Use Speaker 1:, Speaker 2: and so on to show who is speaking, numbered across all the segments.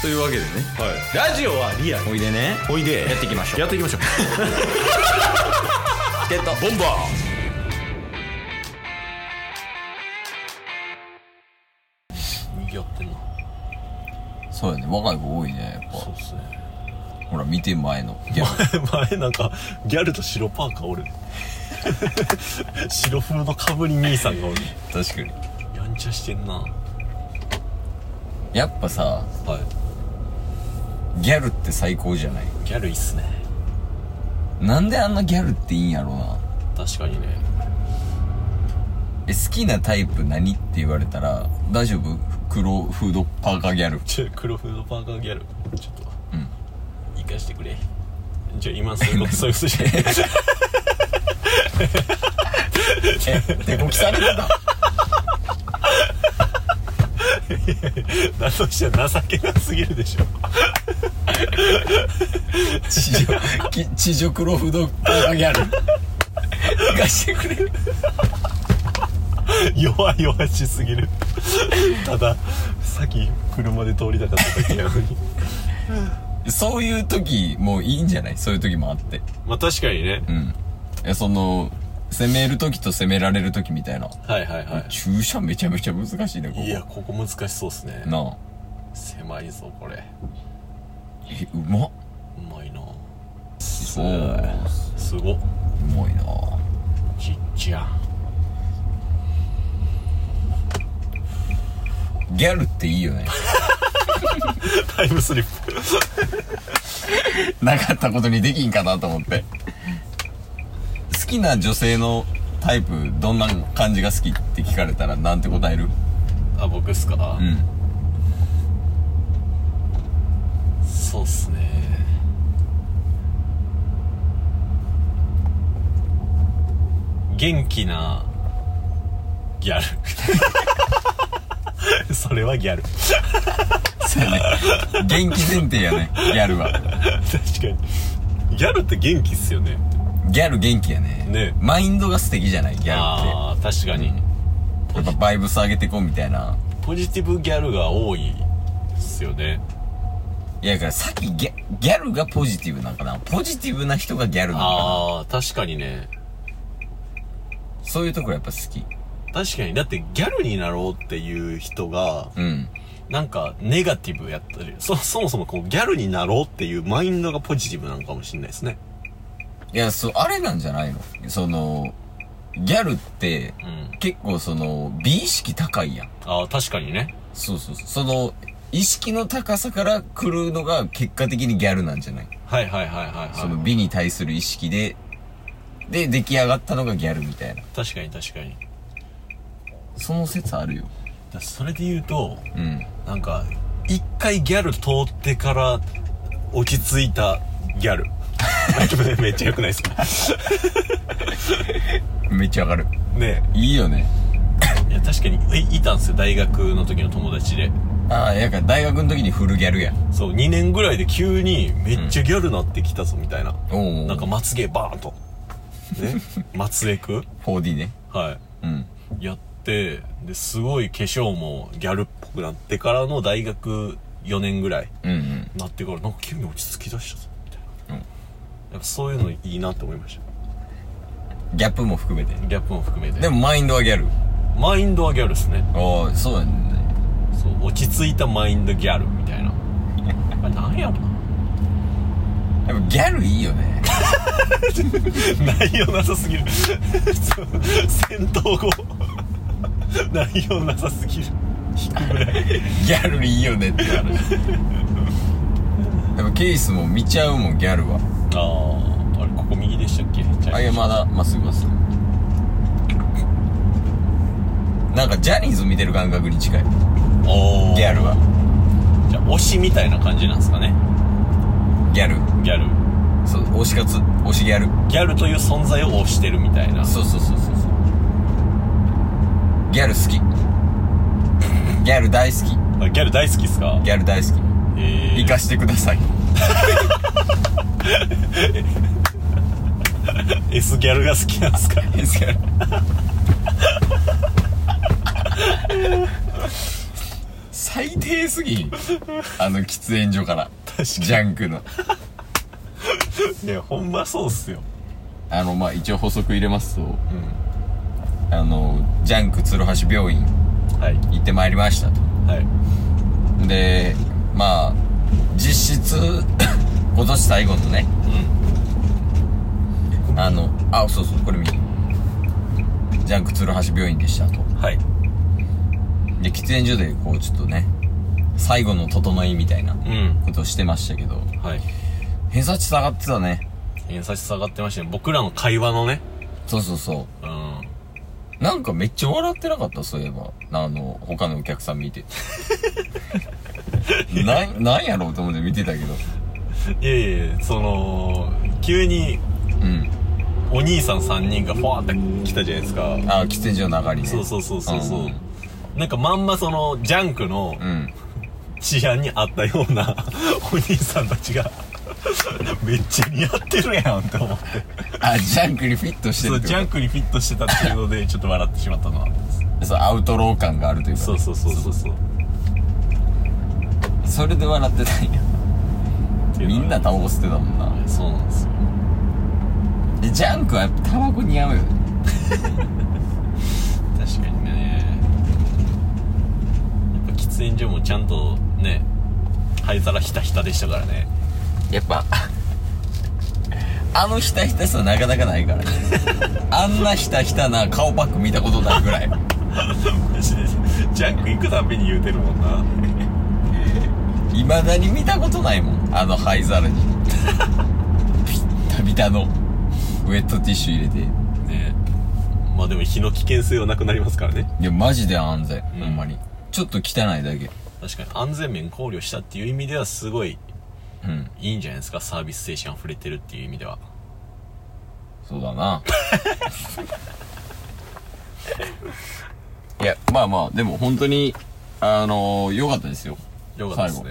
Speaker 1: というわけでね
Speaker 2: はい、ラジオはリアル
Speaker 1: おいでね
Speaker 2: おいで
Speaker 1: やっていきましょう
Speaker 2: やっていきましょう
Speaker 1: ゲット
Speaker 2: ボンバーにぎわってんな
Speaker 1: そうやね若い子多いねやっ
Speaker 2: そう
Speaker 1: ぱ
Speaker 2: っすね
Speaker 1: ほら見て前のギャル
Speaker 2: 前なんかギャルと白パーカーおる 白風のかぶり兄さんがおる
Speaker 1: 確かに
Speaker 2: やんちゃしてんなは
Speaker 1: やっぱさ
Speaker 2: い
Speaker 1: ギャルって最高じゃない
Speaker 2: ギャルいいっすね
Speaker 1: なんであんなギャルっていいんやろうな
Speaker 2: 確かにね
Speaker 1: え好きなタイプ何って言われたら大丈夫黒フードパーカーギャル
Speaker 2: ちょ黒風のパーカーギャルちょっと
Speaker 1: うん
Speaker 2: 生かしてくれじゃあ今そういう ことそういうことじゃない
Speaker 1: え手こきされるんだ
Speaker 2: だとしたら情けなすぎるでしょ
Speaker 1: 地上き地上黒フードパーカーギャ ル生かしてくれる
Speaker 2: 弱々しすぎるたださっき車で通りたかっただけなのに
Speaker 1: そういう時もういいんじゃないそういう時もあって
Speaker 2: まあ確かにね
Speaker 1: うんえその攻める時と攻められる時みたいな
Speaker 2: はいはいは
Speaker 1: 注射めちゃめちゃ難しいねここ
Speaker 2: いいやここ難しそうっすね
Speaker 1: なあ
Speaker 2: 狭いぞこれ
Speaker 1: えうまっ
Speaker 2: うまいな
Speaker 1: そう
Speaker 2: すごっ
Speaker 1: うまいな
Speaker 2: ちっちゃ
Speaker 1: ギャルっていいよね
Speaker 2: タイムスリッ プ
Speaker 1: なかったことにできんかなと思って好きな女性のタイプどんな感じが好きって聞かれたらなんて答える
Speaker 2: あ僕っすか
Speaker 1: うん
Speaker 2: そうっすね元気なギャル それはギャル
Speaker 1: そうやね元気前提 やねギャルは
Speaker 2: 確かにギャルって元気っすよね
Speaker 1: ギャル元気やね
Speaker 2: ね
Speaker 1: マインドが素敵じゃないギャルって
Speaker 2: ああ確かに、
Speaker 1: やっぱバイブス上げてこうみたいな。
Speaker 2: ポジティブギャルが多いっすよね
Speaker 1: いや、だからさっきギャギャルがポジティブなんかな。ポジティブな人がギャルなんか
Speaker 2: ああ確かにね
Speaker 1: な。そういうところやっぱ好き。
Speaker 2: 確かにだってギャルになろうっていう人が
Speaker 1: うん。
Speaker 2: なんかネガティブやったりそそもそもこうギャルになろうっていうマインドがポジティブなのかもしれないですね
Speaker 1: いや、そう、あれなんじゃないのその、ギャルって、
Speaker 2: うん
Speaker 1: 結構その、美意識高いやん。
Speaker 2: ああ確かにね
Speaker 1: そうそうそう。その、意識の高さから来るのが結果的にギャルなんじゃない
Speaker 2: はいはいはいはい
Speaker 1: その
Speaker 2: は
Speaker 1: 美に対する意識で、で、出来上がったのがギャルみたいな。
Speaker 2: い確かに確かに
Speaker 1: その説あるよ。
Speaker 2: だそれで言うと
Speaker 1: うん。
Speaker 2: なんか一回ギャル通ってから落ち着いたギャル めっちゃ良くないですか
Speaker 1: めっちゃわかる。
Speaker 2: ね
Speaker 1: いいよね。
Speaker 2: えいや確かにいいたんですよ大学の時の友達で
Speaker 1: ああ、やから大学の時にフルギャルや。
Speaker 2: そう2年ぐらいで急にめっちゃギャルなってきたぞみたいな、
Speaker 1: おお。
Speaker 2: なんかまつげバーンとね 松江区
Speaker 1: 4D ね。
Speaker 2: は
Speaker 1: うん。
Speaker 2: いやってですごい化粧もギャルっぽくなってからの大学4年ぐらい
Speaker 1: うんうん。
Speaker 2: なってからなんか急に落ち着きだしたぞみたいな、
Speaker 1: うん
Speaker 2: やっぱそういうのいいなって思いまし
Speaker 1: ギャップも含めて。
Speaker 2: たギャップも含めて
Speaker 1: でもマインドはギャル。
Speaker 2: マインドはギャルですね
Speaker 1: ああ、そうやね。
Speaker 2: そう落ち着いたマインドギャルみた いなあれなんやろ
Speaker 1: やっぱギャルいいよね。
Speaker 2: な 内容なさすぎるそう戦闘後内容なさすぎる引くぐらい
Speaker 1: ギャルいいよねって話。やっぱケースも見ちゃうもん、ギャルは。
Speaker 2: あああれここ右でしたっけじゃ
Speaker 1: あ、いや、まだ、まっすぐまっすぐ。なんかジャニーズ見てる感覚に近い。
Speaker 2: おー
Speaker 1: ギャルは。
Speaker 2: じゃあ推しみたいな感じなんですかね
Speaker 1: ギャル。
Speaker 2: ギャル
Speaker 1: そう、推し活。推しギャル。
Speaker 2: ギャルという存在を推してるみたいな
Speaker 1: そうそうそうそうそう。ギャル好き。ギャル大好き。
Speaker 2: あギャル大好きっすか
Speaker 1: ギャル大好き。
Speaker 2: え
Speaker 1: 生かしてください。
Speaker 2: ー、S ギャルが好きなんすか
Speaker 1: ですから。最低すぎんあの喫煙所から
Speaker 2: 確かに
Speaker 1: ジャンクの
Speaker 2: いやほんまそうっすよ
Speaker 1: あのまあ一応補足入れますと
Speaker 2: うん
Speaker 1: あのジャンク鶴橋病院
Speaker 2: はい
Speaker 1: 行ってまいりましたと
Speaker 2: はい
Speaker 1: でまあ実質 今年最後のね
Speaker 2: う
Speaker 1: あのあそうそうこれ見てジャンク鶴橋病院でしたと
Speaker 2: んはい
Speaker 1: で喫煙所でこうちょっとね最後の整いみたいな
Speaker 2: うん
Speaker 1: ことをしてましたけど
Speaker 2: はい
Speaker 1: 偏差値下がってたね
Speaker 2: 偏差値下がってましたね僕らの会話のね
Speaker 1: そうそうそ
Speaker 2: うん
Speaker 1: うなんかめっちゃ笑ってなかったそういえばあの他のお客さん見て ななんやろうと思って見てたけど
Speaker 2: いやいやいやその急に
Speaker 1: うん
Speaker 2: お兄さん3人がファーって来たじゃないですか
Speaker 1: あ喫煙所の中にね
Speaker 2: そうそうそうそうそううんなんかまんまそのジャンクの
Speaker 1: うん
Speaker 2: 治安にあったようなお兄さんたちがめっちゃ似合ってるやんって思って
Speaker 1: あジャンクにフィットしてる
Speaker 2: そう
Speaker 1: ってこと
Speaker 2: ジャンクにフィットしてたっていうのでちょっと笑ってしまったな
Speaker 1: そうアウトロー感があるというか
Speaker 2: そうそうそうそうそう
Speaker 1: それで笑ってたんや
Speaker 2: っていう
Speaker 1: み
Speaker 2: のは
Speaker 1: んなタバコ吸ってたもんな
Speaker 2: そうなんですよ
Speaker 1: でジャンクはやっぱタバコ似合うよね
Speaker 2: 確かにねやっぱ喫煙所もちゃんとね灰皿ひたひたでしたからね
Speaker 1: やっぱあのひたひたさなかなかないからねあんなひたひたな顔パック見たことないぐらい
Speaker 2: マジで ジャンク行くたびに言うてるもんな
Speaker 1: 未だに見たことないもんあの灰皿にピッタピタのウェットティッシュ入れて
Speaker 2: ねまあでも火の危険性はなくなりますからね
Speaker 1: いやマジで安全、
Speaker 2: うん
Speaker 1: ほんまにちょっと汚いだけ
Speaker 2: 確かに安全面考慮したっていう意味ではすごい
Speaker 1: うん
Speaker 2: いいんじゃないですかサービス精神溢れてるっていう意味では
Speaker 1: そうだないやまあまあでも本当にあのー良かったですよ
Speaker 2: よかったですね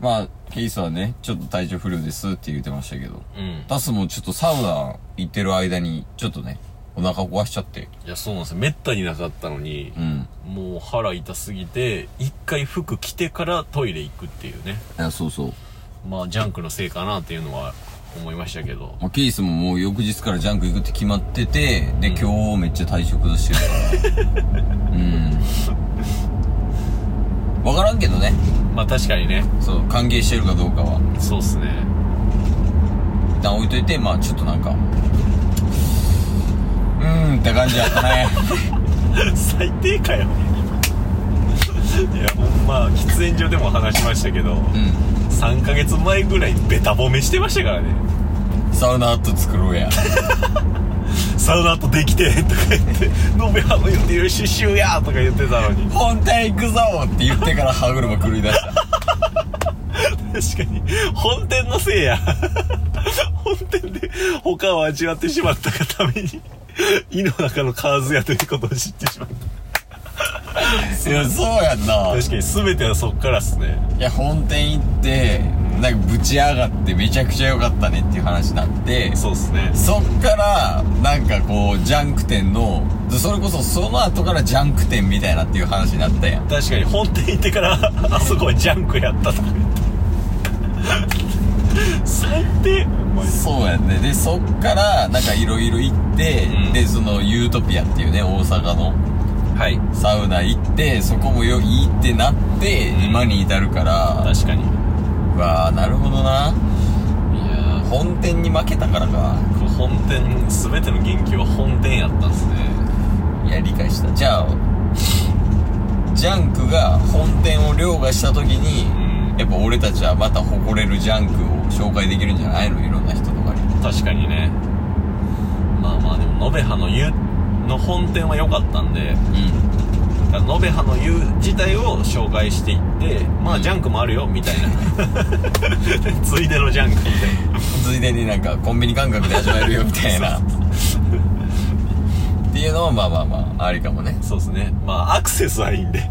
Speaker 1: まあケイスはねちょっと体調不良ですって言ってましたけど
Speaker 2: うん
Speaker 1: タスもちょっとサウナ行ってる間にちょっとねお腹壊しちゃって
Speaker 2: いやそうなんですよめったになかったのに
Speaker 1: う、ん
Speaker 2: もう腹痛すぎて一回服着てからトイレ行くっていうね
Speaker 1: いやそうそう、
Speaker 2: まあジャンクのせいかなっていうのは思いましたけど
Speaker 1: まあ、ケイスももう翌日からジャンク行くって決まっててで、今日めっちゃ体調崩してる からうんわからんけどね
Speaker 2: まあ確かにね
Speaker 1: そう歓迎してるかどうかは
Speaker 2: そうっすね
Speaker 1: 一旦置いといてまあちょっとなんかうーんって感じやった ね
Speaker 2: 最低かよいやほんま喫煙所でも話しましたけど、
Speaker 1: う
Speaker 2: 3ヶ月前ぐらいベタ褒めしてましたからね
Speaker 1: んサウナハット作ろう や
Speaker 2: サウナとできてとか言って「ノベハの予定シュシュや!」とか言ってたのに
Speaker 1: 本店行くぞって言ってから歯車狂い出した
Speaker 2: 確かに本店のせいや本店で他を味わってしまったがために胃の中のカーズやということを知ってしまった
Speaker 1: いやそうやんな
Speaker 2: 確かに全てはそっからっすね
Speaker 1: いや本店行ってなんかぶち上がってめちゃくちゃ良かったねっていう話になって
Speaker 2: そうっすね
Speaker 1: そっからなんかこうジャンク店のでそれこそその後からジャンク店みたいなっていう話になったやん
Speaker 2: 確かに本店行ってから あそこはジャンクやったとか言って最低ほんまに
Speaker 1: そうやねでそっからなんかいろいろ行って、
Speaker 2: うん
Speaker 1: でそのユートピアっていうね大阪の
Speaker 2: はい
Speaker 1: サウナ行ってそこもよいいってなって、
Speaker 2: ん
Speaker 1: 今に至るから
Speaker 2: 確かにいう
Speaker 1: わあなるほどな
Speaker 2: やー
Speaker 1: 本店に負けたからか
Speaker 2: 本店全ての元気は本店やったんですね
Speaker 1: いや理解したじゃあジャンクが本店を凌駕した時に、
Speaker 2: うん
Speaker 1: やっぱ俺たちはまた誇れるジャンクを紹介できるんじゃないのいろんな人とかに
Speaker 2: 確かにねまあまあでも延葉の湯の本店は良かったんで
Speaker 1: うん
Speaker 2: だから延葉の湯自体を紹介していってまあジャンクもあるよみたい なついでのジャンクみたいな
Speaker 1: ついでになんかコンビニ感覚で始まるよみたいなっていうのはまあまあまあありかもね
Speaker 2: そうですねまあアクセスはいいんで